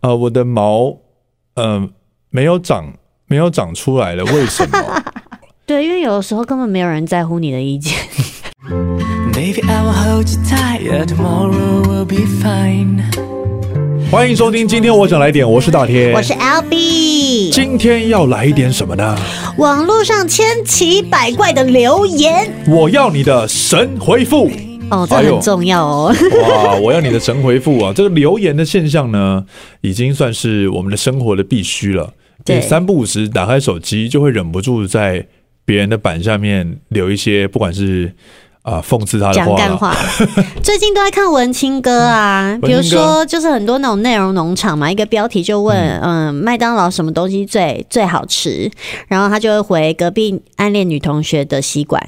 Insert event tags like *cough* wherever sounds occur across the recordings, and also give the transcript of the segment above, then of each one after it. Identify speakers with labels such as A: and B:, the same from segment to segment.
A: 呃，我的毛呃没有长，没有长出来了，为什么？ *laughs*
B: 对，因为有的时候根本没有人在乎你的意见。
C: Baby, I will hold you tight. Yeah, tomorrow will be fine.
A: 欢迎收听，今天我想来点， *laughs* 我是大天，
B: 我是 L B，
A: 今天要来一点什么呢？
B: 网络上千奇百怪的留言
A: 我要你的神回复。
B: *laughs* 哦，这
A: 哎呦
B: 很重要哦。
A: 哇！我要你的神回复啊！这个留言的现象呢，已经算是我们的生活的必须了。
B: 对
A: 你三不五时打开手机，就会忍不住在别人的板下面留一些，不管是啊讽、刺他的
B: 讲
A: 话
B: 干
A: 啦， *laughs*
B: 话，最近都在看文青哥啊，
A: 文青
B: 比
A: 哥
B: 如说就是很多那种内容农场嘛，一个标题就问，嗯，麦、当劳什么东西最最好吃，然后他就会回隔壁暗恋女同学的吸管，，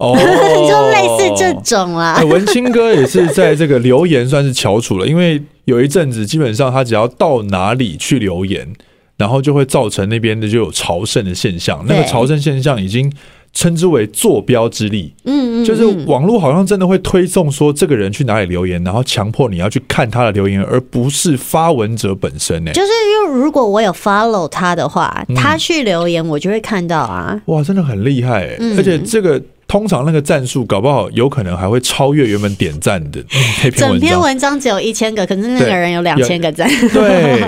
A: 哦
B: *laughs* 就类似这种啦
A: 哎。文青哥也是在这个留言算是翘楚了，因为有一阵子基本上他只要到哪里去留言，然后就会造成那边的就有朝圣的现象。那个
B: 对
A: 朝圣现象已经称之为坐标之力，
B: 嗯嗯，
A: 就是
B: 嗯
A: 网络好像真的会推送说这个人去哪里留言，然后强迫你要去看他的留言，而不是发文者本身哎呢、
B: 就是如如果我有 follow 他的话，
A: 嗯
B: 他去留言我就会看到啊。
A: 哇，真的很厉害、欸，
B: 嗯
A: 而且这个。通常那个战术搞不好有可能还会超越原本点赞的嗯那篇
B: 整
A: 文
B: 篇
A: 章，
B: 文章只有一千个，可是那个
A: 对
B: 人有两千个赞，
A: 对，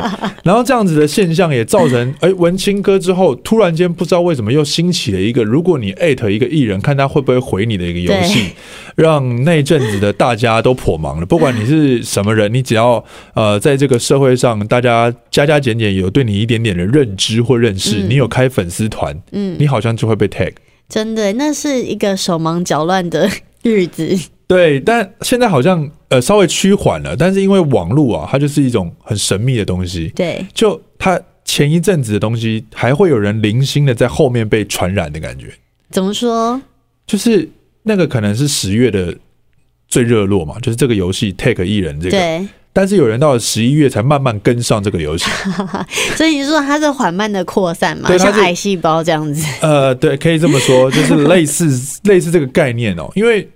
A: 然后这样子的现象也造成，哎、文青哥之后突然间不知道为什么又兴起了一个，如果你艾特一个艺人，看他会不会回你的一个游戏，让那阵子的大家都颇忙了。不管你是什么人，你只要呃在这个社会上，大家加加减减有对你一点点的认知或认识，
B: 嗯
A: 你有开粉丝团，
B: 嗯
A: 你好像就会被 tag。
B: *laughs* 真的，那是一个手忙脚乱的日子。
A: 对，但现在好像呃稍微趋缓了，但是因为网络啊，它就是一种很神秘的东西，
B: 对，
A: 就它前一阵子的东西，还会有人零星的在后面被传染的感觉，
B: 怎么说？
A: 就是那个可能是十月的最热络嘛，就是这个游戏 Take 艺人这个，
B: 对，
A: 但是有人到了十一月才慢慢跟上这个游戏，
B: 所以你是说它是缓慢的扩散嘛，
A: 对它
B: 像
A: 是
B: 癌细胞
A: *laughs*
B: 这样子。
A: 呃，对，可以这么说，就是类似类似这个概念哦，因为。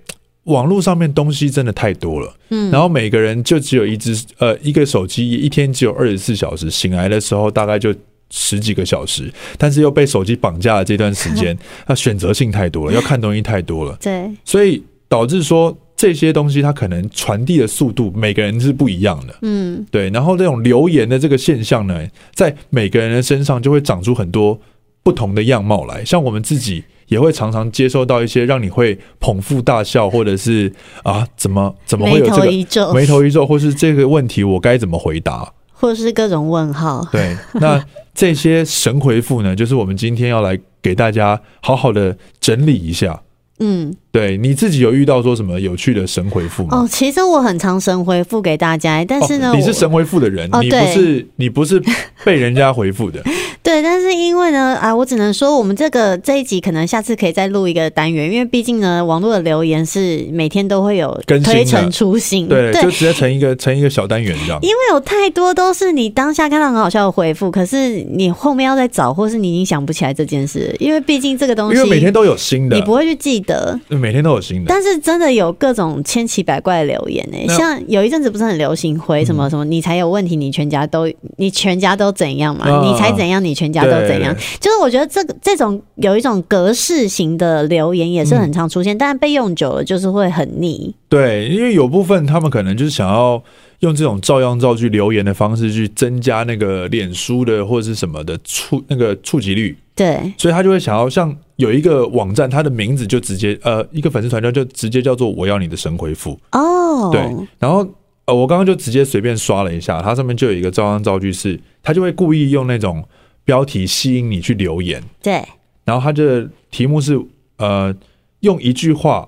A: 网络上面东西真的太多了，
B: 嗯
A: 然后每个人就只有一只呃一个手机，一天只有二十四小时，醒来的时候大概就十几个小时，但是又被手机绑架的这段时间，那选择性太多了，要看东西太多了，
B: 对，
A: 所以导致说这些东西它可能传递的速度，每个人是不一样的。
B: 嗯，
A: 对，然后这种留言的这个现象呢，在每个人的身上就会长出很多不同的样貌来。像我们自己也会常常接收到一些让你会捧腹大笑，或者是啊，怎么怎么会
B: 眉
A: 有这
B: 头
A: 个
B: 一皱，
A: 眉头一 *laughs* 皱，或是这个问 *laughs* 题我该怎么回答？
B: 或是各种问号。
A: 对，那这些神回复呢，就是我们今天要来给大家好好的整理一下。
B: 嗯，
A: 对，你自己有遇到说什么有趣的神回复吗？
B: 哦，其实我很常神回复给大家，但是呢，
A: 你是
B: 我
A: 神回复的人，
B: 哦
A: 你不
B: 对
A: 是你不是被人家回复的。
B: 对，但是因为呢，啊，我只能说我们这个这一集可能下次可以再录一个单元，因为毕竟呢，网络的留言是每天都会有
A: 更新的
B: 推陈出新，
A: 对，就直接成一个 *laughs* 成一个小单元这样
B: 嗯因。为有太多都是你当下看到很好笑的回复，可是你后面要再找，或是你已经想不起来这件事，因为毕竟这个东
A: 因
B: 西
A: 为每天都有新的
B: 你，不会去记得。
A: 每天都有新的。
B: 但是真的有各种千奇百怪的留言呢、
A: 那
B: 像有一阵子不是很流行回
A: 嗯
B: 什么什么，你才有问题，你全家都你全家都怎样嘛，
A: 啊
B: 你才怎样，你全家都怎样
A: 对，
B: 就是我觉得这个这种有一种格式型的留言
A: 嗯
B: 也是很常出现，但被用久了就是会很腻。
A: 对，因为有部分他们可能就是想要用这种照样造句留言的方式去增加那个脸书的或者是什么的触那个触及率，
B: 对，
A: 所以他就会想要像有一个网站，它的名字就直接呃一个粉丝团就就直接叫做我要你的神回复，
B: 哦，
A: 对，然后。呃，我刚刚就直接随便刷了一下，它上面就有一个照样造句是，它就会故意用那种标题吸引你去留言，
B: 对，
A: 然后它的题目是呃，用一句话，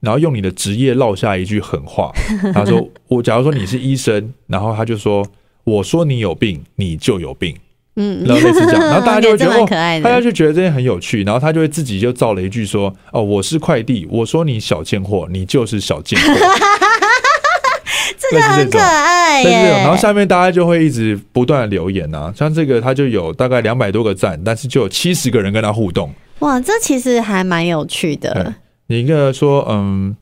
A: 然后用你的职业落下一句狠
B: *laughs*
A: 话。他说，我假如说你是医生，然后他就说，我说你有病，你就有病，
B: 嗯，
A: 然后类似这样，然后大家就会觉
B: 这蛮 *laughs*
A: 得
B: 可爱
A: 哦，
B: 的
A: 大家就觉得这些很有趣，然后他就会自己就造了一句说，哦，我是快递，我说你小贱货，你就是小
B: *laughs*
A: 贱货，这个
B: 很可爱
A: 对
B: 耶。
A: 对，然后下面大家就会一直不断的留言啊，像这个他就有大概两百多个赞，但是就有七十个人跟他互动。
B: 哇，这其实还蛮有趣的
A: 对。你一个说，嗯，啊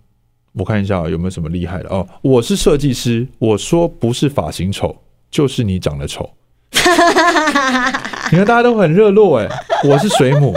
A: 我看一下有没有什么厉害的哦。我是设计师，我说不是发型丑，就是你长得
B: *laughs*
A: 丑。你看大家都很热络哎、我是水母，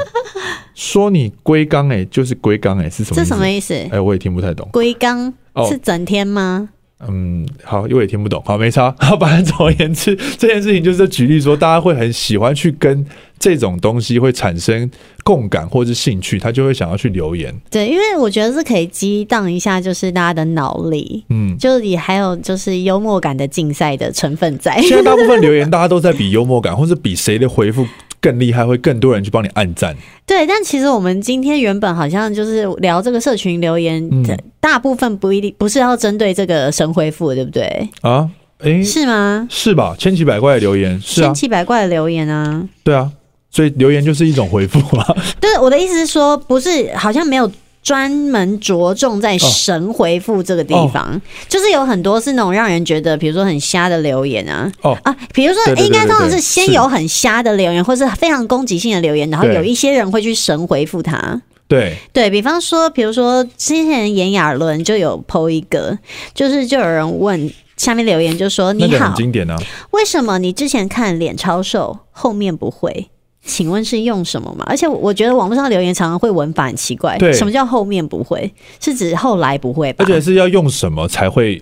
A: 说你龟缸哎，就是龟缸哎，是什么
B: 这
A: 意思？
B: 什么意思？
A: 哎、我也听不太懂。
B: 龟缸
A: 哦
B: 是整天吗？
A: 嗯，好，我也听不懂，好，没差。 *laughs* 好，反正总而言之， *laughs* 这件事情就是举例说，大家会很喜欢去跟这种东西会产生共感或是兴趣，他就会想要去留言。
B: 对，因为我觉得是可以激荡一下，就是大家的脑力，
A: 嗯，
B: 就是也还有就是幽默感的竞赛的成分在。
A: 现在大部分留言大家都在比幽默感，或 *laughs* 是比谁的回复更厉害，会更多人去帮你按赞。
B: *laughs* 对，但其实我们今天原本好像就是聊这个社群留言，
A: 嗯
B: 大部分不一定不是要针对这个神回复，对不对？
A: 啊，诶，
B: 是吗？
A: 是吧？千奇百怪的留言，是啊
B: 千，奇百怪的留言啊！
A: 对啊，所以留言就是一种回复啊。 *laughs*
B: 对，我的意思是说，不是好像没有专门着重在神回复这个地方，
A: 哦
B: 就是有很多是那种让人觉得，比如说很瞎的留言啊。
A: 哦
B: 啊，比如说，
A: 对对对
B: 应该通常
A: 对对
B: 是
A: 对
B: 先
A: 是
B: 有很瞎的留言，或是非常攻击性的留言，然后
A: 对
B: 有一些人会去神回复他。
A: 对，
B: 对比方说，比如说之前炎亚纶就有 PO 一个，就是就有人问下面留言就说：“
A: 那
B: 你
A: 个很
B: 好，
A: 经典啊。
B: 为什么你之前看脸超瘦，后面不会？请问是用什么吗？而且我我觉得网络上留言常常会文法很奇怪，
A: 对
B: 什么叫后面不会？是指后来不会吧
A: 而？且是要用什么才会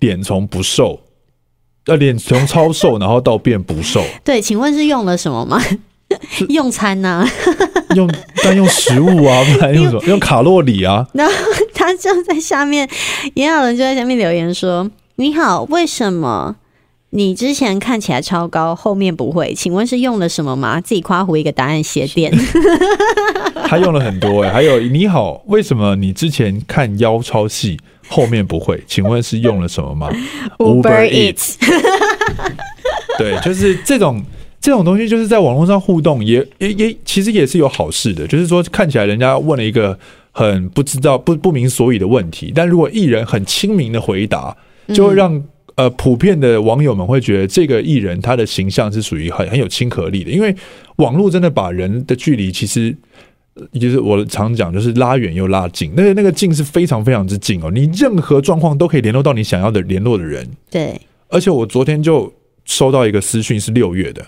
A: 脸从不瘦，呃，脸从超瘦，然后到变不瘦，
B: 对，请问是用了什么吗？ *laughs* 用餐啊呐、
A: 用 *laughs* 但用食物 *laughs* 啊，不然用什么？用卡路里啊？
B: 然后他就在下面，也有人就在下面留言说：“你好，为什么你之前看起来超高，后面不会？请问是用了什么吗？”自己夸胡一个答案鞋
A: *laughs*
B: 垫，
A: 他用了很多哎、还有你好，为什么你之前看腰超细，后面不会？请问是用了什么吗
B: Uber
A: Eats *laughs* 对，就是这种这种东西，就是在网络上互动也，也也其实也是有好事的，就是说看起来人家问了一个很不知道不不明所以的问题，但如果艺人很亲民的回答，就会让、呃普遍的网友们会觉得这个艺人他的形象是属于很很有亲和力的，因为网络真的把人的距离其实。呃就是我常讲，就是拉远又拉近，那个那个近是非常非常之近哦。你任何状况都可以联络到你想要的联络的人，
B: 对，
A: 而且我昨天就收到一个私讯，是六月的，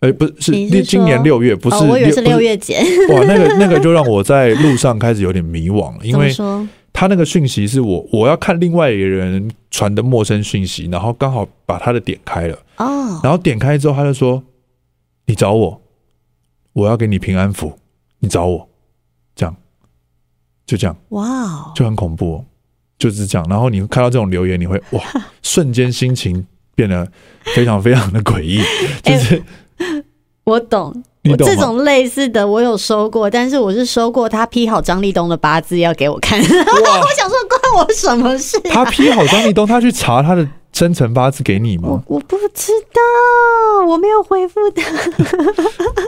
A: 哎、不是
B: 你是
A: 是今年
B: 说
A: 六月，不是
B: 哦，我以为是六
A: 不
B: 月姐，
A: 是 *laughs* 哇，那个那个就让我在路上开始有点迷惘了，
B: *laughs*
A: 因
B: 怎么
A: 为
B: 说？
A: 他那个讯息是我我要看另外一个人传的陌生讯息，然后刚好把他的点开了，
B: 哦，
A: 然后点开之后他就说：“你找我，我要给你平安符，你找我。”这样，就这样。
B: 哇哦，
A: 就很恐怖、哦，就是这样。然后你看到这种留言，你会哇，瞬间心情变得非常非常的诡异，就是、
B: 我懂。
A: 你
B: 我
A: 懂吗
B: 这种类似的我有收过，但是我是收过他批好张立东的八字要给我看， *laughs* 我想说关我什么事啊、
A: 他批好张立东，他去查他的生辰八字给你
B: 我
A: 吗？
B: 我不知道，我没有回复他。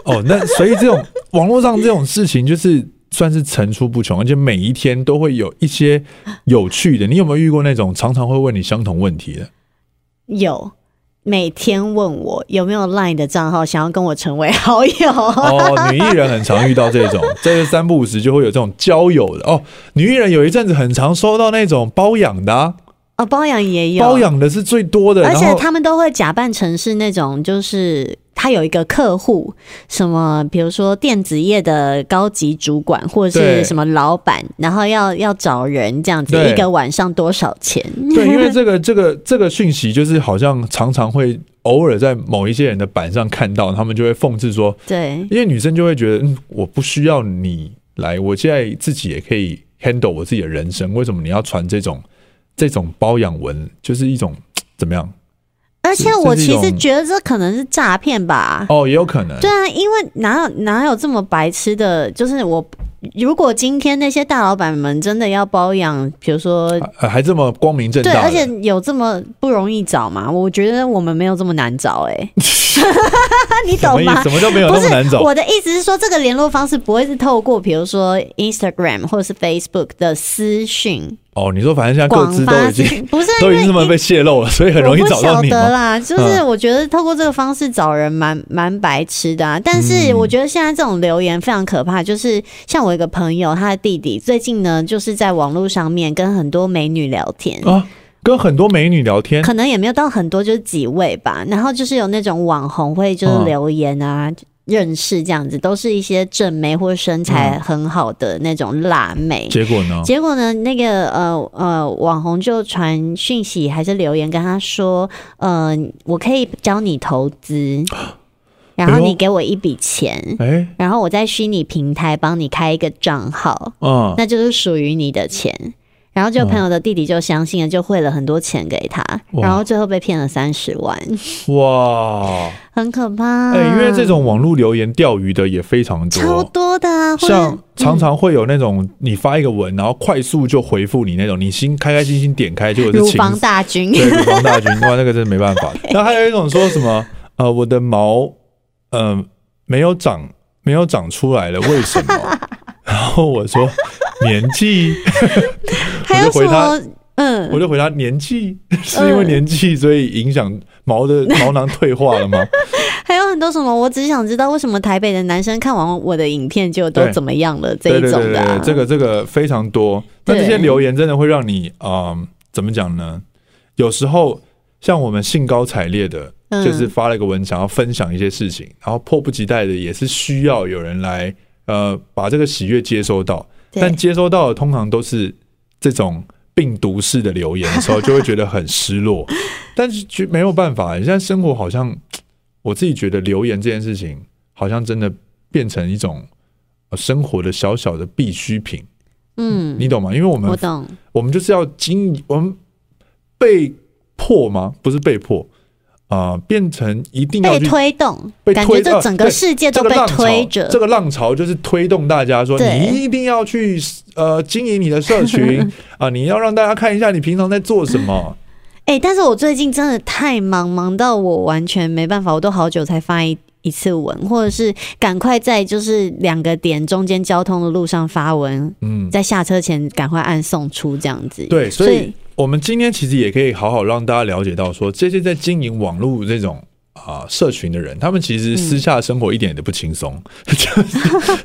A: 哦，那所以这种网络上这种事情就是。算是层出不穷，而且每一天都会有一些有趣的。你有没有遇过那种常常会问你相同问题的？
B: 有每天问我有没有 LINE 的账号，想要跟我成为
A: *laughs*
B: 好友。
A: 哦，女艺人很常遇到这种，这是三不五时就会有这种交友的哦。女艺人有一阵子很常收到那种包养的、啊，
B: 哦，包养也有，
A: 包，养的是最多的，
B: 而
A: 然
B: 且
A: 后
B: 他们都会假扮成是那种，就是他有一个客户，什么比如说电子业的高级主管或者是
A: 对
B: 什么老板，然后要要找人这样子，
A: 对
B: 一个晚上多少钱？
A: 对，因
B: *laughs*
A: 为这个这个这个讯息就是好像常常会偶尔在某一些人的板上看到，他们就会讽刺说，
B: 对
A: 因为女生就会觉得，嗯，我不需要你来，我现在自己也可以 handle 我自己的人生，为什么你要传这种这种包养文，就是一种怎么样？
B: 而且
A: 这
B: 我
A: 是一
B: 其实
A: 种
B: 觉得这可能是诈骗吧。
A: 哦，也有可能，
B: 对啊，因为哪有哪有这么白痴的？就是我，如果今天那些大老板们真的要包养，比如说，
A: 啊还还这么光明正
B: 对，
A: 大的，
B: 而且有这么不容易找嘛？我觉得我们没有这么难找、欸， *laughs* 哎，你
A: 什么
B: 懂
A: 意
B: 吗？
A: 什么叫没有
B: 不
A: 那么
B: 是
A: 难找？
B: 我的意思是说，这个联络方式不会是透过比如说 Instagram 或者是 Facebook 的私讯
A: 哦，你说反正现在各
B: 广
A: 自都
B: 发
A: 已经 *laughs*
B: 讯，不是啊
A: 都已
B: 因
A: 经这么
B: 为
A: 被泄露了，所以很容易找
B: 我
A: 到
B: 不
A: 你
B: 晓得
A: 吗？嗯
B: 啦，就是我觉得透过这个方式找人蛮蛮白痴的啊。但是
A: 嗯
B: 我觉得现在这种留言非常可怕，就是像我一个朋友，他的弟弟最近呢，就是在网络上面跟很多美女聊天。
A: 啊，跟很多美女聊天，
B: 可能也没有到很多，就是几位吧。然后就是有那种网红会就是
A: 嗯
B: 留言啊。认识这样子，都是一些正妹或身
A: 嗯
B: 材很好的那种辣妹。
A: 结果呢？
B: 结果呢，那个呃呃网红就传讯息还是留言跟他说，呃，我可以教你投资，然后
A: *gasps* 哎呦
B: 你给我一笔钱，
A: 哎，
B: 然后我在虚拟平台帮你开一个账号，
A: 嗯，
B: 那就是属于你的钱。然后这个朋友的弟弟就相信了，就汇了很多钱给他，
A: 哇
B: 然后最后被骗了三十万，
A: 哇，
B: 很可怕。
A: 哎，因为这种网络留言钓鱼的也非常
B: 嗯超
A: 多。
B: 多的啊，或者
A: 像常常会有那种你发一个文，然后快速就回复你那种，你心开开心心点开，结果是
B: 乳
A: 情
B: 房大军，
A: 对，乳房大军，哇，那个真的没办
B: *laughs*
A: 法。那还有一种说什么，呃，我的毛，嗯、没有长，没有长出来了，为什
B: *laughs*
A: 么？然后我说年纪，
B: 还有
A: 我就
B: 什
A: 回他
B: 么？嗯，
A: 我就回答年
B: *laughs*
A: 纪是因为年纪，所以影响毛的毛囊退化了吗？
B: 还有很多什么，我只想知道为什么台北的男生看完我的影片就都
A: 对
B: 怎么样了这
A: 对
B: 一
A: 对对
B: 种
A: 对
B: 的啊、
A: 对，这个这个非常多。那这些
B: 对
A: 留言真的会让你，嗯、怎么讲呢？有时候像我们兴高采烈的，
B: 嗯
A: 就是发了一个文，想要分享一些事情，然后迫不及待的也是需要有人来呃把这个喜悦接收到，
B: 对
A: 但接收到的通常都是这种病毒式的留言的时候，就会觉得很失
B: *laughs*
A: 落。但是就没有办法，现在生活好像我自己觉得留言这件事情，好像真的变成一种。呃生活的小小的必需品，
B: 嗯，
A: 你懂吗？因为我们
B: 我懂，
A: 我们就是要经，我们被迫吗？不是被迫啊、呃变成一定要
B: 被
A: 去
B: 推动，
A: 被
B: 感
A: 推
B: 觉这
A: 啊
B: 整个
A: 对
B: 世界
A: 这
B: 都
A: 个
B: 被
A: 浪潮
B: 推着，
A: 这个浪潮就是推动大家说，
B: 对
A: 你一定要去呃经营你的社
B: *laughs*
A: 群啊、你要让大家看一下你平常在做什么。
B: 哎、但是我最近真的太忙，忙到我完全没办法，我都好久才发一一次文，或者是赶快在就是两个点中间交通的路上发文，
A: 嗯，
B: 在下车前赶快按送出这样子。
A: 对，所
B: 所
A: 以我们今天其实也可以好好让大家了解到说，这些在经营网络这种。啊，社群的人，他们其实私下生活一点也不轻松， *laughs* 就是
B: 啊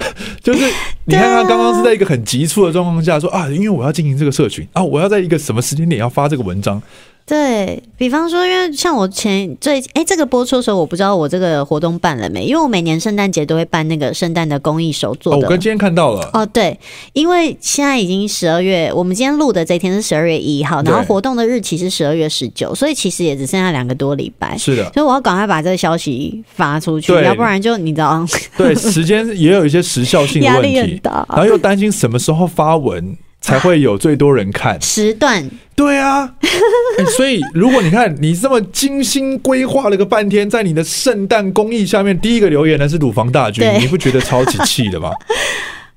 A: 就是你看他刚刚是在一个很急促的状况下说啊，因为我要经营这个社群啊，我要在一个什么时间点要发这个文章，啊
B: 对比方说，因为像我前最哎、这个播出的时候，我不知道我这个活动办了没，因为我每年圣诞节都会办那个圣诞的公益手
A: 哦，
B: 作
A: 我
B: 的。
A: 刚今天看到了，
B: 哦，对，因为现在已经十二月，我们今天录的这一天是十二月一号，然后
A: 对
B: 活动的日期是十二月十九，所以其实也只剩下两个多礼拜，
A: 是的，
B: 所以我要赶快把这个消息发出去，
A: 对
B: 要不然就你知道 *laughs*
A: 对，时间也有一些时效性的
B: 压
A: 问
B: 力很
A: 题，
B: 大。。
A: 然后又担心什么时候发文才会有最多人看
B: *laughs* 时段
A: 对啊，哎 *laughs* 所以如果你看你这么精心规划了个半天，在你的圣诞公益下面，第一个留言的是乳房大军，
B: 对
A: 你不觉得超级气
B: *laughs*
A: 的吗？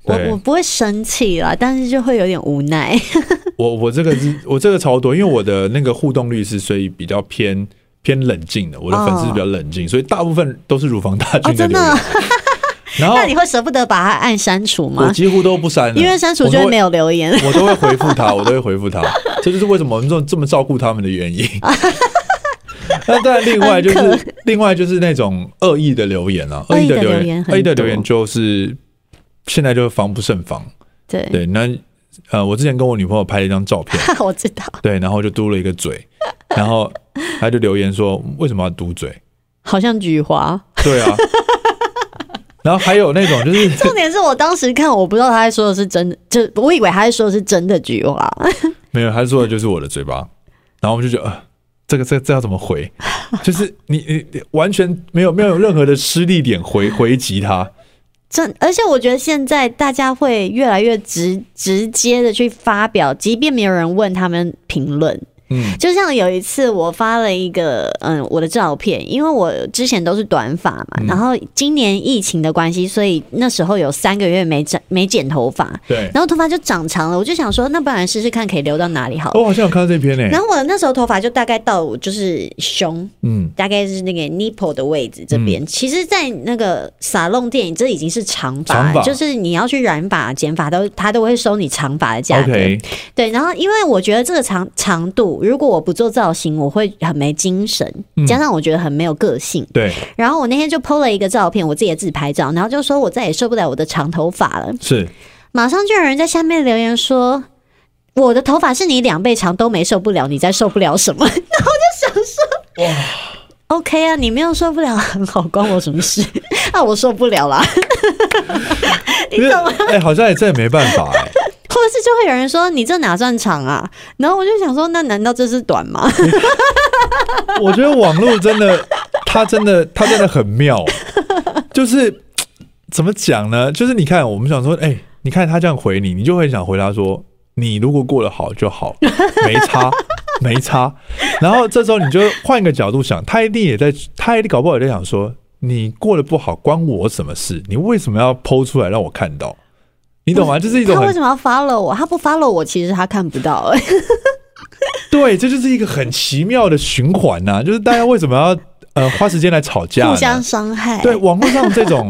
B: 我
A: 对
B: 我不会生气啦，但是就会有点无
A: *laughs*
B: 奈。
A: 我我这个是我这个超多，因为我的那个互动率是所以比较偏偏冷静的，我的粉丝比较冷静，所以大部分都是乳房大
B: 哦，
A: 军的
B: 真
A: 留
B: 的
A: 言。
B: 啊，
A: 然后
B: 那你会舍不得把它按删除
A: 我
B: 吗？
A: 几乎都不删了，
B: 因为删除
A: 我
B: 就
A: 都
B: 会
A: 会
B: 没有留言。
A: *laughs* 我都会回复他，我都会回复他，这就是为什么我们这么这么照顾他们的原
B: *laughs*
A: 因。那当然，另外就
B: 很
A: 是另外就是那种恶意的留言啊，
B: 恶
A: 恶
B: 意
A: 意
B: 的
A: 的
B: 留
A: 留
B: 言很多
A: 恶意的留言就是现在就防不胜防。
B: 对，
A: 对，那呃，我之前跟我女朋友拍了一张照片，
B: *laughs* 我知道，
A: 对，然后就嘟了一个嘴，然后她就留言说为什么要嘟嘴？
B: 好像
A: *laughs*
B: 菊花。
A: 对啊，然后还有那种就是
B: 重点是我当时看，我不知道他在说的是真的，就我以为他在说的是真的菊花。
A: 没有，他说的就是我的嘴巴，然后我们就觉得，呃、这个这这要怎么回？ *laughs* 就是你你你完全没有没有任何的失力点回回击他，
B: 真，而且我觉得现在大家会越来越直直接的去发表，即便没有人问他们评论。
A: 嗯，
B: 就像有一次我发了一个嗯我的照片，因为我之前都是短发嘛，
A: 嗯
B: 然后今年疫情的关系，所以那时候有三个月没剪没剪头发，
A: 对。
B: 然后头发就长长了，我就想说，那不然试试看可以留到哪里好了。
A: 哦我好像有看到这篇呢、
B: 然后我那时候头发就大概到我就是胸，
A: 嗯，
B: 大概是那个 nipple 的位置这边。其实，在那个沙龙店，这已经是长发，
A: 长发
B: 就是你要去染发、剪发都，他都会收你长发的价格。
A: ，OK，
B: 对，然后因为我觉得这个长长度，如果我不做造型，我会很没精神，
A: 嗯
B: 加上我觉得很没有个性。
A: 对，
B: 然后我那天就 PO 了一个照片，我自己的自拍照，然后就说我再也受不了我的长头发了。
A: 是
B: 马上就有人在下面留言说：“我的头发是你两倍长都没受不了，你在受不了什么？” *laughs* 然后我就想说。OK 啊，你没有受不了很好，关我什么事？ *laughs* 啊，我受不了啦， *laughs* *laughs* 你懂吗？
A: 哎、好像也真的没办法、哎
B: 或者是就会有人说你这哪算长啊？然后我就想说，那难道这是短吗？
A: 我觉得网络真的，它真的，它真的很妙，就是怎么讲呢？就是你看，我们想说，哎、你看他这样回你，你就会想回答说，你如果过得好就好，没差。没差，然后这时候你就换一个角度想，他一定也在，他一定搞不好也在想说，你过得不好关我什么事？你为什么要剖出来让我看到？你懂吗？这是一种
B: 他
A: 很
B: 为什么要 follow 我？他不 follow 我，其实他看不到、哎
A: 对，这就是一个很奇妙的循环呐、就是大家为什么要呃花时间来吵架呢？
B: 互相伤害。
A: 对，网络上这
B: *laughs*
A: 种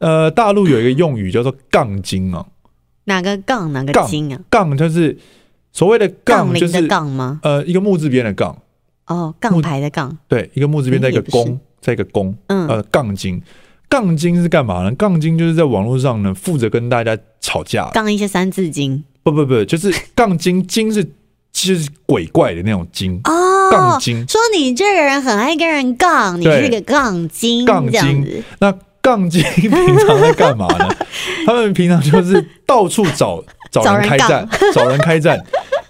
A: 呃，大陆有一个用语叫做“杠精”啊，
B: 哪个杠哪个
A: 杠
B: 金啊？
A: 杠就是所谓的杠，就
B: 铃的
A: 是
B: 杠吗？
A: 呃一个木字边的杠，
B: 哦，杠牌的杠。
A: 对，一个木字边
B: 嗯
A: 在一个
B: 也不是
A: 弓，在一个弓，
B: 嗯
A: 呃，杠精。杠精是干嘛呢？杠精就是在网络上呢，负责跟大家吵架的。
B: 杠一些三字经
A: 不不不，就是杠精，精是就是鬼怪的那种精，
B: 哦
A: 杠精。
B: 说你这个人很爱跟人杠，你
A: 对
B: 是个杠精，
A: 杠精
B: 这样子。
A: 那杠精平常在干嘛呢？
B: *laughs*
A: 他们平常就是到处找找
B: 找
A: 人
B: 人
A: 开战，找人开战。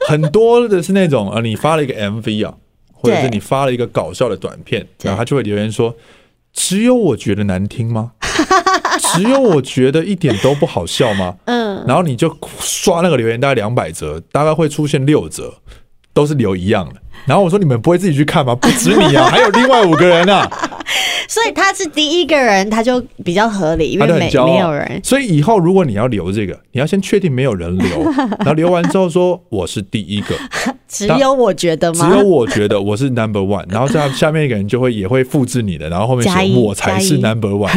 A: 很多的是那种呃，你发了一个 MV 啊，或者是
B: 对
A: 你发了一个搞笑的短片，
B: 对
A: 然后他就会留言说：“只有我觉得难听
B: *laughs*
A: 吗？只有我觉得一点都不好笑吗？”
B: 嗯，
A: 然后你就刷那个留言，大概两百折，大概会出现六折，都是留一样的。然后我说：“你们不会自己去看吗？不止你
B: *laughs*
A: 啊，还有另外五个人啊。”
B: 所以他是第一个人，他就比较合理，因
A: 他
B: 为
A: 就很
B: 没
A: 骄傲
B: 没有人。
A: 所以以后如果你要留这个，你要先确定没有人留，
B: *laughs*
A: 然后留完之后说我是第一个，
B: 只有我觉得
A: 只
B: 吗？
A: 有我觉得我是 number one，然后在下面一个人就会也会复制你的，然后后面
B: 加一
A: 写我才是
B: 加
A: number one，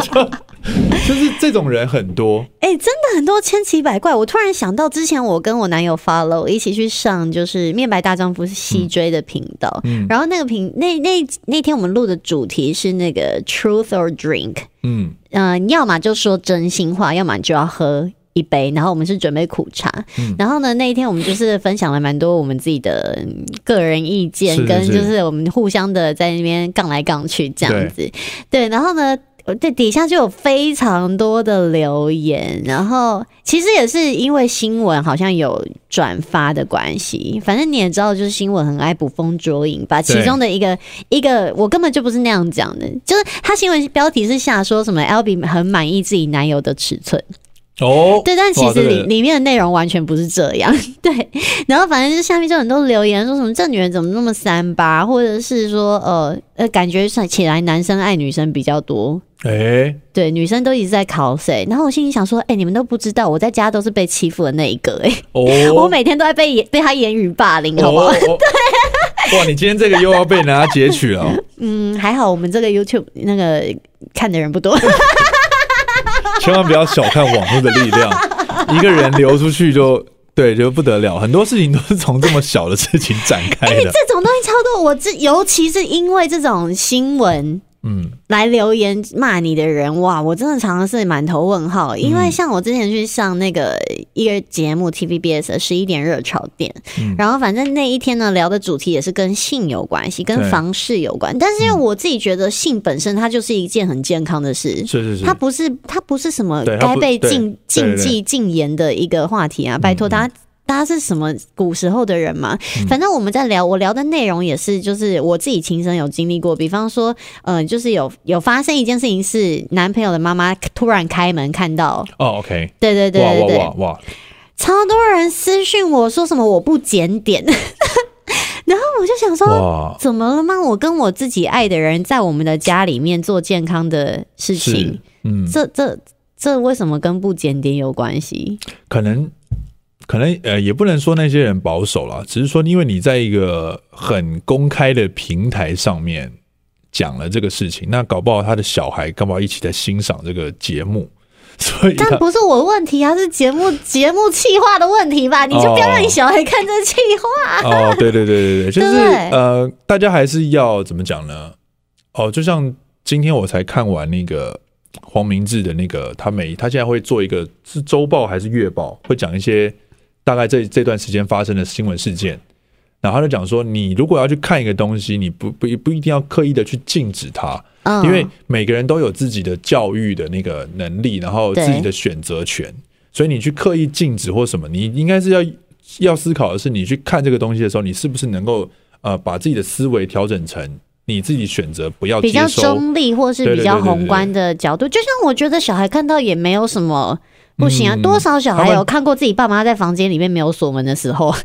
A: 就
B: *laughs*
A: 就是这种人很多，
B: 哎、真的很多千奇百怪。我突然想到，之前我跟我男友 follow 一起去上就是《面白大丈夫》是西追的频道，
A: 嗯
B: 然后那个频那那那天我们录的主题是那个 Truth or Drink，
A: 嗯
B: 嗯、呃，要么就说真心话，要么就要喝一杯。然后我们是准备苦茶，
A: 嗯
B: 然后呢那一天我们就是分享了蛮多我们自己的嗯个人意见，
A: 是是
B: 跟
A: 是
B: 就是我们互相的在那边杠来杠去这样子。对，然后呢。呃对，底下就有非常多的留言，然后其实也是因为新闻好像有转发的关系，反正你也知道，就是新闻很爱捕风捉影，把其
A: 对
B: 中的一个一个，我根本就不是那样讲的，就是他新闻标题是下说什么 L B 很满意自己男友的尺寸，
A: 哦，
B: 对，但其
A: 哇
B: 实
A: 这个
B: 里里面的内容完全不是这样， *laughs* 对。然后反正就下面就很多留言说什么这女人怎么那么三八，或者是说呃呃，感觉起来男生爱女生比较多。
A: 哎，
B: 对，女生都一直在 cos 欸然后我心里想说，哎、你们都不知道，我在家都是被欺负的那一个、欸，哎、
A: 哦，
B: 我每天都在被言被他言语霸凌，好不好？
A: 哦，哦哇，你今天这个又要被人家截取了哦，
B: 嗯，还好我们这个 YouTube 那个看的人不多，
A: 千万不要小看网络的力
B: *laughs*
A: 量，一个人流出去就对就不得了，很多事情都是从这么小的事情展开的。
B: *laughs* 哎这种东西超多。我这尤其是因为这种新闻
A: 嗯，
B: 来留言骂你的人，哇，我真的常常是满头问号。因
A: 嗯
B: 为像我之前去上那个一个节目 TVBS 的十一点热潮店，
A: 嗯
B: 然后反正那一天呢聊的主题也是跟性有关系，跟
A: 对
B: 房事有关。但是因为我自己觉得性本身它就是一件很健康的事。
A: 是是是，
B: 它不是，它不是什么
A: 对它
B: 该
A: 不
B: 被
A: 对
B: 禁
A: 对
B: 禁
A: 对嗯
B: 忌禁言的一个话题啊！拜托大家，大家是什么古时候的人嘛？
A: 嗯
B: 反正我们在聊，我聊的内容也是，就是我自己亲身有经历过。比方说，嗯，就是有有发生一件事情，是男朋友的妈妈突然开门看到，
A: 哦，OK，
B: 对对对
A: 哇
B: 对
A: 哇
B: 对
A: 哇，哇，
B: 超多人私讯我说什么我不检点， *laughs* 然后我就想说，
A: 哇，
B: 怎么了吗？我跟我自己爱的人在我们的家里面做健康的事
A: 是
B: 情，，
A: 嗯，
B: 这这这为什么跟不检点有关系？
A: 可能可能呃，也不能说那些人保守啦，只是说因为你在一个很公开的平台上面讲了这个事情，那搞不好他的小孩干嘛一起在欣赏这个节目，所以
B: 但
A: 他
B: 不是我的问题啊，是节目节目企划的问题吧？你就不要让你小孩看这企划。
A: 哦，对对对对对，就是
B: 对不对
A: 呃，大家还是要怎么讲呢？哦，就像今天我才看完那个黄明志的那个，他每他现在会做一个是周报还是月报，会讲一些大概这这段时间发生的新闻事件。然后他就讲说，你如果要去看一个东西，你不不不一定要刻意的去禁止它，
B: 嗯，
A: 因为每个人都有自己的教育的那个能力，然后自己
B: 对
A: 的选择权，所以你去刻意禁止或什么，你应该是要要思考的是，你去看这个东西的时候，你是不是能够呃把自己的思维调整成你自己选择不要
B: 比
A: 接
B: 较
A: 收
B: 中立或是
A: 对对
B: 比
A: 对
B: 较
A: 对对
B: 宏观的角度，就像我觉得小孩看到也没有什么。不行啊！
A: 嗯
B: 多少小
A: 他
B: 孩
A: 们
B: 有看过自己爸妈在房间里面没有锁门的时候？ *laughs*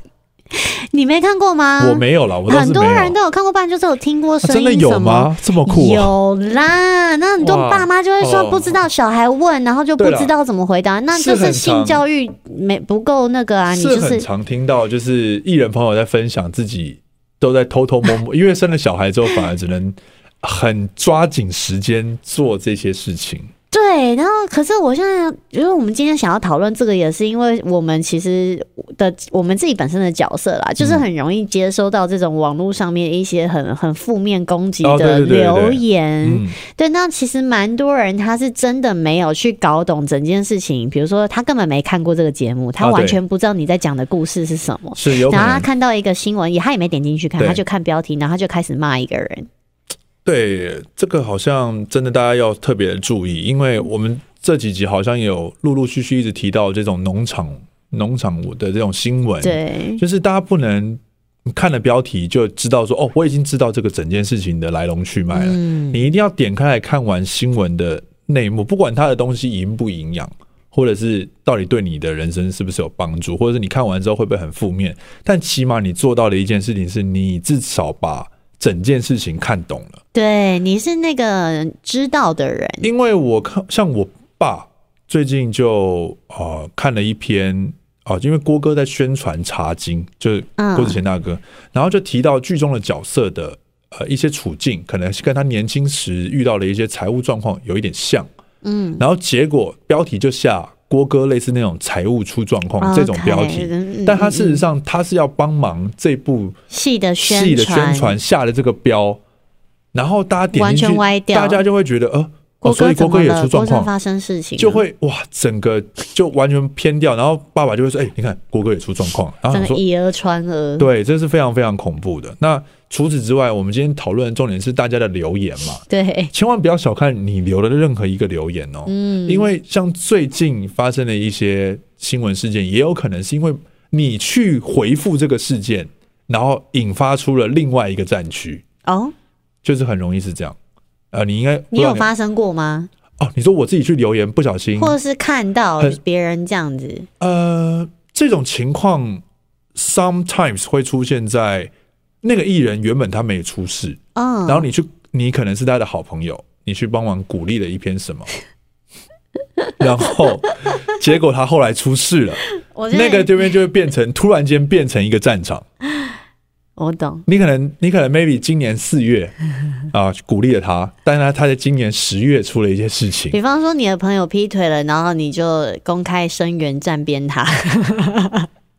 B: 你没看过吗？
A: 我没有啦，我倒是
B: 很
A: 没
B: 多
A: 有。
B: 人都有看过，不然就是有听过
A: 啊
B: 声
A: 真
B: 音、
A: 的有？吗？这么酷、啊？
B: 有啦，那很多
A: 哇
B: 爸妈就会说
A: 哦
B: 不知道，小孩问，然后就不
A: 对啦
B: 知道怎么回答，那就是是
A: 很
B: 性
A: 常
B: 教育没不够那个啊，你
A: 是
B: 就
A: 很
B: 是
A: 常听到，就是艺人朋友在分享自己都在偷偷摸摸，因为生了小孩之后，反而只能很抓紧时间做这些事情。
B: 对。然后可是我现在，因为我们今天想要讨论这个，也是因为我们其实的我们自己本身的角色
A: 嗯
B: 啦，就是很容易接收到这种网络上面一些很很负面攻击
A: 哦对
B: 的
A: 对对对对
B: 留言。
A: 嗯，
B: 对，那其实蛮多人他是真的没有去搞懂整件事情，比如说他根本没看过这个节目，他
A: 啊
B: 完
A: 对
B: 全不知道你在讲的故事是什么。
A: 是有可
B: 然后他
A: 能。
B: 看到一个新闻，也他也没点进去看，
A: 对
B: 他就看标题，然后他就开始骂一个人。
A: 对，这个好像真的大家要特别注意，因为我们这几集好像有陆陆续续一直提到这种农场农场的这种新闻。。
B: 对，
A: 就是大家不能看了标题就知道说哦，我已经知道这个整件事情的来龙去脉了。
B: 嗯
A: 你一定要点开来看完新闻的内幕，不管它的东西营不营养，或者是到底对你的人生是不是有帮助，或者是你看完之后会不会很负面，但起码你做到的一件事情是你至少把整件事情看懂了。
B: 对，你是那个知道的人，
A: 因为我看像我爸最近就呃看了一篇啊、因为郭哥在宣传《茶经》，就是
B: 嗯
A: 郭子乾大哥，然后就提到剧中的角色的呃一些处境，可能是跟他年轻时遇到的一些财务状况有一点像，
B: 嗯，
A: 然后结果标题就下郭哥类似那种财务出状
B: 哦
A: 况哦这种标
B: OK，
A: 题。
B: 嗯
A: 但他
B: 嗯
A: 事实上，他是要帮忙这部
B: 戏的
A: 戏的宣传哦下的这个标，然后大家点
B: 完
A: 进
B: 全
A: 去，
B: 歪掉，
A: 大家就会觉得，呃，
B: 郭
A: 哦，所
B: 哥
A: 以
B: 怎
A: 郭
B: 么
A: 哥也
B: 了？
A: 出状
B: 郭哥
A: 况，
B: 发生事情啊了
A: 就会哇，整个就完全偏掉。然后爸爸就会说：“哎、你看郭哥也出状况。”然后想
B: 真的
A: 说
B: 以讹传：“讹，
A: 对，这是非常非常恐怖的。”那除此之外，我们今天讨论的重点是大家的留言嘛，
B: 对，
A: 千万不要小看你留的任何一个留言哦，
B: 嗯，
A: 因为像最近发生的一些新闻事件，也有可能是因为你去回复这个事件，然后引发出了另外一个战区，
B: 哦，
A: 就是很容易是这样。呃，你应该不知
B: 你有
A: 嗯道
B: 发生过吗？
A: 哦？你说我自己去留言，不小心
B: 或者是看到
A: 很
B: 别人这样子，
A: 呃，这种情况 sometimes 会出现在那个艺人原本他没出事，
B: 嗯，
A: 然后你去，你可能是他的好朋友，你去帮忙鼓励了一篇什么， *laughs* 然后结果他后来出事了，
B: 我觉得
A: 那个这边就会变成突然间变成一个战场。
B: 我懂，
A: 你可能你可能 maybe 今年四
B: *laughs*
A: 月啊、鼓励了他，但是他他在今年十月出了一些事情，
B: 比方说你的朋友劈腿了，然后你就公开声援站边他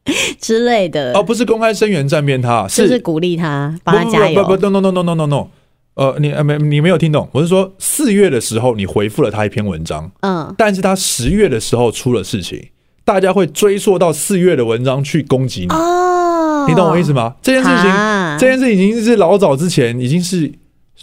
B: *laughs* 之类的，
A: 哦，不是公开声援站边他，
B: 就是鼓励他，帮他
A: 不
B: 加油。
A: 不不不，no no no no no no no，呃，你呃没你没有听懂，我是说四月的时候你回复了他一篇文章，
B: 嗯，
A: 但是他十月的时候出了事情，大家会追溯到四月的文章去攻击你，
B: 哦，
A: 你懂我意思？吗？这件事情，
B: 啊
A: 这件事情已经是老早之前已经是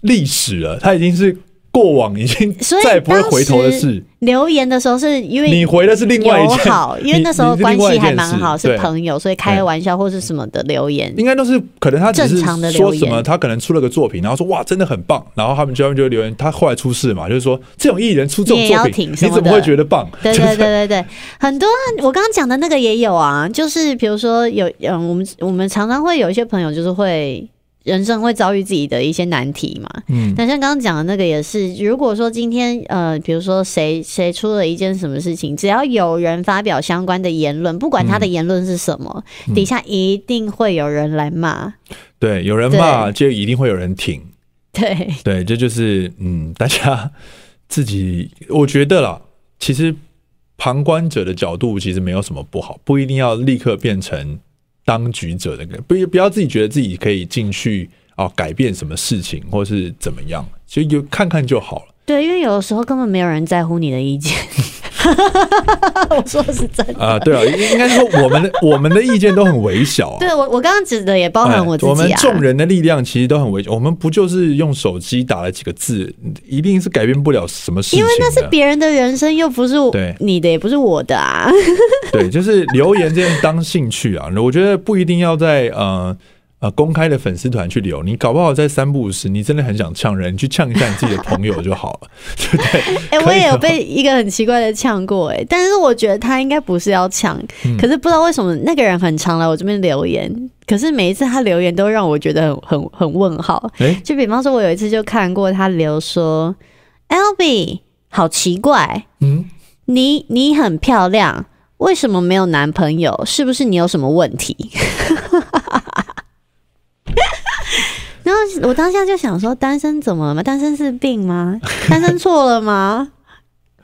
A: 历史了，它已经是过往，已经
B: *laughs* 所以
A: 再也不会回头的
B: 当时
A: 事。
B: 留言的时候是因为
A: 你回的是另外一
B: 友
A: 件， *laughs*
B: 好，因为
A: 你
B: 那时候
A: 你是
B: 关
A: 另外
B: 系
A: 一
B: 还
A: 件
B: 蛮
A: 事
B: 好，是
A: 对
B: 朋友，所以开
A: 对
B: 玩笑或是什么的留言，
A: 应该都是可能他只
B: 正
A: 是
B: 常的留
A: 说
B: 言
A: 什么，他可能出了个作品，然后说哇真的很棒，然后他们就他们就会留言，他后来出事嘛，就是说这种艺人出这
B: 你
A: 种
B: 也要
A: 作
B: 挺
A: 品，
B: 什
A: 你
B: 么
A: 怎
B: 的
A: 么会觉得棒？
B: 对
A: 就
B: 对对
A: 是
B: 对对，很多啊我刚刚讲的那个也有啊，就是比如说有嗯，我们我们常常会有一些朋友就是会人生会遭遇自己的一些难题嘛。
A: *laughs* 嗯，
B: 那像刚刚讲的那个也是，如果说今天呃，比如说谁谁出了一件什么事情，只要有人发表相关的言论，不
A: 嗯
B: 管他的言论是什么，底下一定会有人来骂。 *laughs*
A: 对，有人骂就一定会有人挺，
B: 对，
A: 对，这就是嗯，大家自己我觉得啦，其实旁观者的角度其实没有什么不好，不一定要立刻变成当局者的，不不要自己觉得自己可以进去啊改变什么事情或是怎么样，其实就看看就好了。
B: 对，因为有的时候根本没有人在乎你的意见。 *laughs* 我说的是真的。
A: 啊，对啊，
B: *laughs*
A: 应应该是说我们的我们的意见都很微小啊。
B: 对我，我刚刚指的也包含我自己啊。
A: 哎我们众人的力量其实都很微小，我们不就是用手机打了几个字，一定是改变不了什么事情啊
B: 因
A: 的。
B: 为那是别人的人生，又不是我
A: 对
B: 你的，也不是我的啊。
A: *laughs* 对，就是留言这样当兴趣啊，我觉得不一定要在呃呃公开的粉丝团去留，你搞不好在三不五时，你真的很想呛人，你去呛一下你自己的朋友就好了， *laughs* 对不对？
B: 哎、
A: 可
B: 我
A: 以
B: 也有
A: 哦
B: 被一个很奇怪的呛过哎、但是我觉得他应该不是要呛，
A: 嗯
B: 可是不知道为什么那个人很常来我这边留言，可是每一次他留言都让我觉得很很很问号。
A: 哎、
B: 就比方说，我有一次就看过他留说，L B 好奇怪，
A: 嗯，
B: 你你很漂亮，为什么没有男朋友？是不是你有什么问题？ *laughs* 然后我当下就想说，单身怎么了吗？单身是病吗？单身错了吗？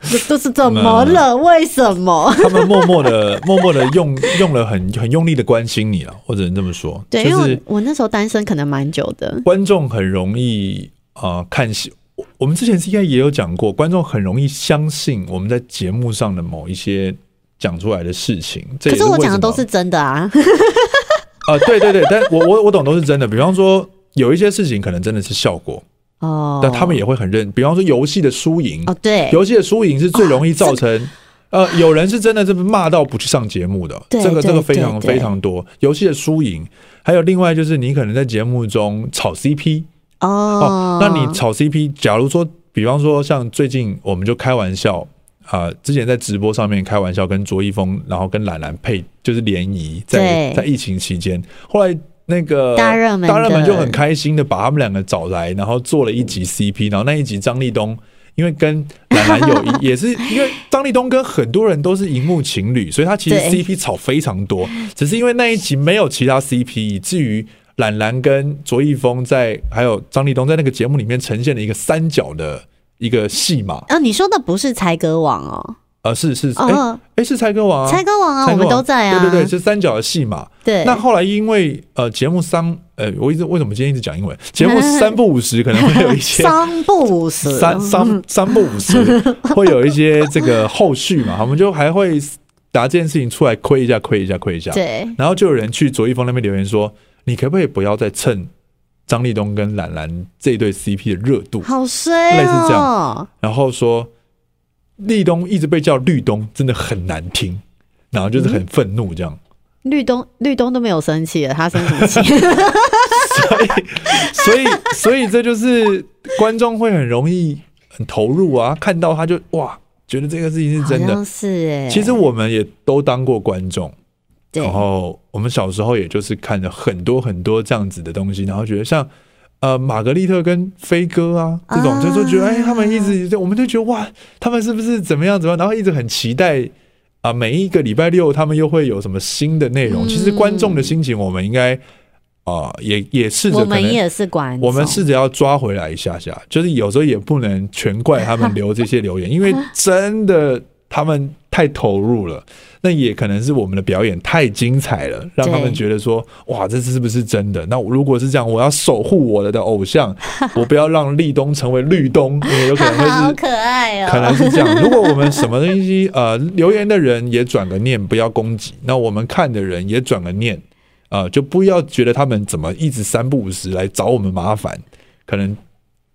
B: 这这是怎么了？
A: 嗯
B: 为什么？
A: 他们默默的默默的用用了很很用力的关心你啊，我只能这么说，
B: 对，
A: 就
B: 因
A: 是
B: 为我我那时候单身可能蛮久的，
A: 观众很容易啊、呃看戏。我我们之前应该也有讲过，观众很容易相信我们在节目上的某一些讲出来的事情。这
B: 可
A: 也
B: 是
A: 为
B: 我讲
A: 什
B: 的都
A: 么
B: 是真的啊。
A: *laughs* 啊、对对对，但我我我懂都是真的。比方说，有一些事情可能真的是效果，
B: 哦，
A: 但他们也会很认。比方说，游戏的输赢，
B: 哦对，啊
A: 游戏的输赢是最容易造成。呃，有人是真的是骂到不去上节目的，
B: 对
A: 这个这
B: 对
A: 个非常
B: 对对
A: 非常多。游戏的输赢，还有另外就是你可能在节目中炒 CP
B: 哦
A: 哦，那你炒 CP，假如说，比方说像最近我们就开玩笑啊、之前在直播上面开玩笑跟卓一峰，然后跟懒懒配就是联谊，在
B: 对
A: 在疫情期间，后来。那个
B: 大热门的
A: 大热门就很开心的把他们两个找来，然后做了一
B: 嗯
A: 集 CP，然后那一集张立东因为跟懒懒有
B: *laughs*
A: 一也是因为张立东跟很多人都是荧幕情侣，所以他其实
B: 对
A: CP 炒非常
B: *laughs*
A: 多，只是因为那一集没有其他 CP，以至于懒懒跟卓一峰在还有张立东在那个节目里面呈现了一个三角的一个戏码。
B: 哦，你说的不是才歌王哦，
A: 呃，是是，哎、
B: 哦
A: 哎、是猜歌王啊，
B: 猜歌王啊，
A: 猜
B: 我
A: 歌
B: 们
A: 王
B: 都在啊，
A: 对对对，是三角的戏码。
B: 对
A: 那后来因为呃节目三呃，我一直为什么今天一直讲英文？节目三不五十可能会有一些
B: *laughs* 三不五时，
A: 三三三不五时 *laughs* 会有一些这个后续嘛，我们就还会拿这件事情出来亏一下，亏一下，亏一下。
B: 对，
A: 然后就有人去卓一峰那边留言说：“你可不可以不要再蹭张立东跟兰兰这对 CP 的热度
B: 好衰哦，
A: 类似这样？”然后说立东一直被叫绿东，真的很难听，然后就是很愤怒这样。
B: 绿东绿东都没有生气了，他生什么气？
A: *laughs* 所以，所以这就是观众会很容易很投入啊，看到他就哇，觉得这个事情 *laughs* 是真
B: 好
A: 的
B: 像。是哎，
A: 其实我们也都当过观众，
B: 对
A: 然后我们小时候也就是看了很多很多这样子的东西，然后觉得像呃玛格丽特跟飞哥啊这种，
B: 啊
A: 就就觉得哎、他们一直我们就觉得哇，他们是不是怎么样怎么样，然后一直很期待。啊，每一个礼拜六他们又会有什么新的内容？
B: 嗯
A: 其实观众的心情，我们应该啊、也也试着
B: 我
A: 可
B: 们
A: 能
B: 也是观众，
A: 我们试着要抓回来一下下，就是有时候也不能全怪他们留这些留言，因为真的他们太投入了。那也可能是我们的表演太精彩了，让他们
B: 对
A: 觉得说，哇，这是不是真的？那我如果是这样，我要守护我的偶像，我不要让立冬成为绿冬，因为有可
B: 哈
A: 能会
B: 哈， *laughs* 好
A: 是。
B: 可爱
A: 可
B: 哦，
A: 能是这样。如果我们什么东西呃留言的人也转个念，不要攻击；那我们看的人也转个念，呃，就不要觉得他们怎么一直三不五时来找我们麻烦，可能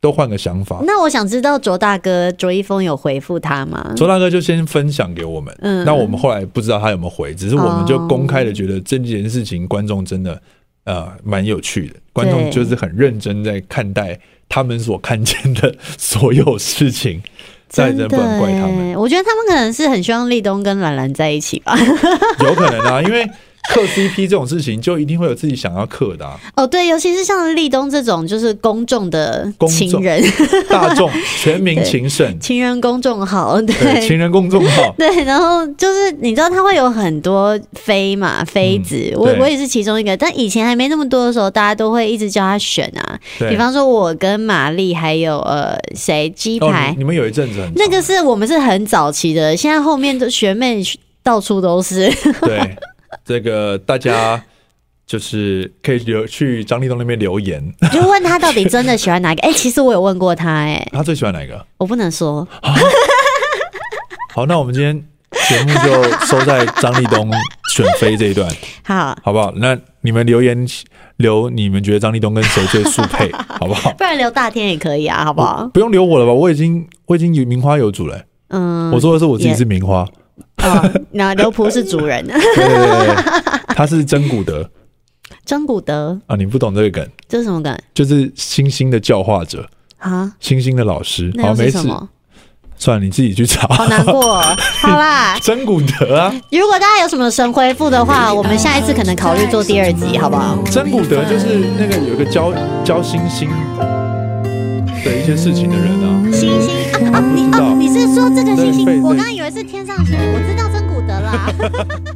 A: 都换个想法。
B: 那我想知道卓大哥卓一峰有回复他吗？
A: 周大哥就先分享给我们，
B: 嗯
A: 那我们后来不知道他有没有回，只是我们就公开的觉得这件事情观众真的呃蛮有趣的，观众
B: 对
A: 就是很认真在看待他们所看见的所有事情，再
B: 真
A: 真的
B: 的
A: 不能怪他们。
B: 耶，我觉得他们可能是很希望立冬跟兰兰在一起吧。 *laughs*
A: 有可能啊，因为磕 CP 这种事情，就一定会有自己想要磕的、啊、
B: 哦，对，尤其是像立冬这种就是公众的
A: 公众
B: 情人， *laughs*
A: 大众、全民情圣、
B: 情人公众号，。
A: 对情人公众号
B: *laughs* 对，然后就是你知道它会有很多妃嘛，妃子，
A: 嗯
B: 我
A: 对
B: 我也是其中一个。但以前还没那么多的时候，大家都会一直叫他选啊。
A: 对，
B: 比方说，我跟玛丽还有呃谁鸡
A: 哦
B: 排，
A: 你，你们有一阵子很
B: 那个
A: 长
B: 是我们是很早期的，现在后面的学妹到处都是。 *laughs*
A: 对这个大家。就是可以留去张立东那边留言，
B: 就问他到底真的喜欢哪一个？哎、其实我有问过他、哎，
A: 他最喜欢哪一个？
B: 我不能说，
A: 好，那我们今天节目就收在张立东选妃这一段，
B: 好，
A: 好不好？那你们留言留你们觉得张立东跟谁最速配，好不好？
B: 不然留大天也可以啊，好不 *laughs* 好？
A: 不用留我了吧？我已经我已经名花有主了欸、
B: 嗯，
A: 我说的是我自己
B: 也
A: 是名
B: *laughs*
A: 花，
B: 哦，那刘璞是主人， *laughs*
A: 对对对对，他是真古德
B: 真古德
A: 啊，你不懂这个梗，
B: 这是什么梗
A: 就是星星的教化者，
B: 啊？
A: 星星的老师。
B: 那
A: 好，
B: 又
A: 没
B: 是什
A: 事，
B: 么？
A: 算了，你自己去查。
B: 好难 *laughs* 过哦。好
A: *laughs*
B: 啦，
A: 真古德
B: *laughs*
A: 啊，
B: 如果大家有什么神回复的话，我们下一次可能考虑做第二集，好不好？
A: 真古德就是那个有一个教教星星的一些事情的人啊。
B: 星星啊，哦你
A: 不知道
B: 哦，你是说这个星
A: 对对
B: 星？
A: 对
B: 我刚刚以为是天上星星，我知道真古德啦。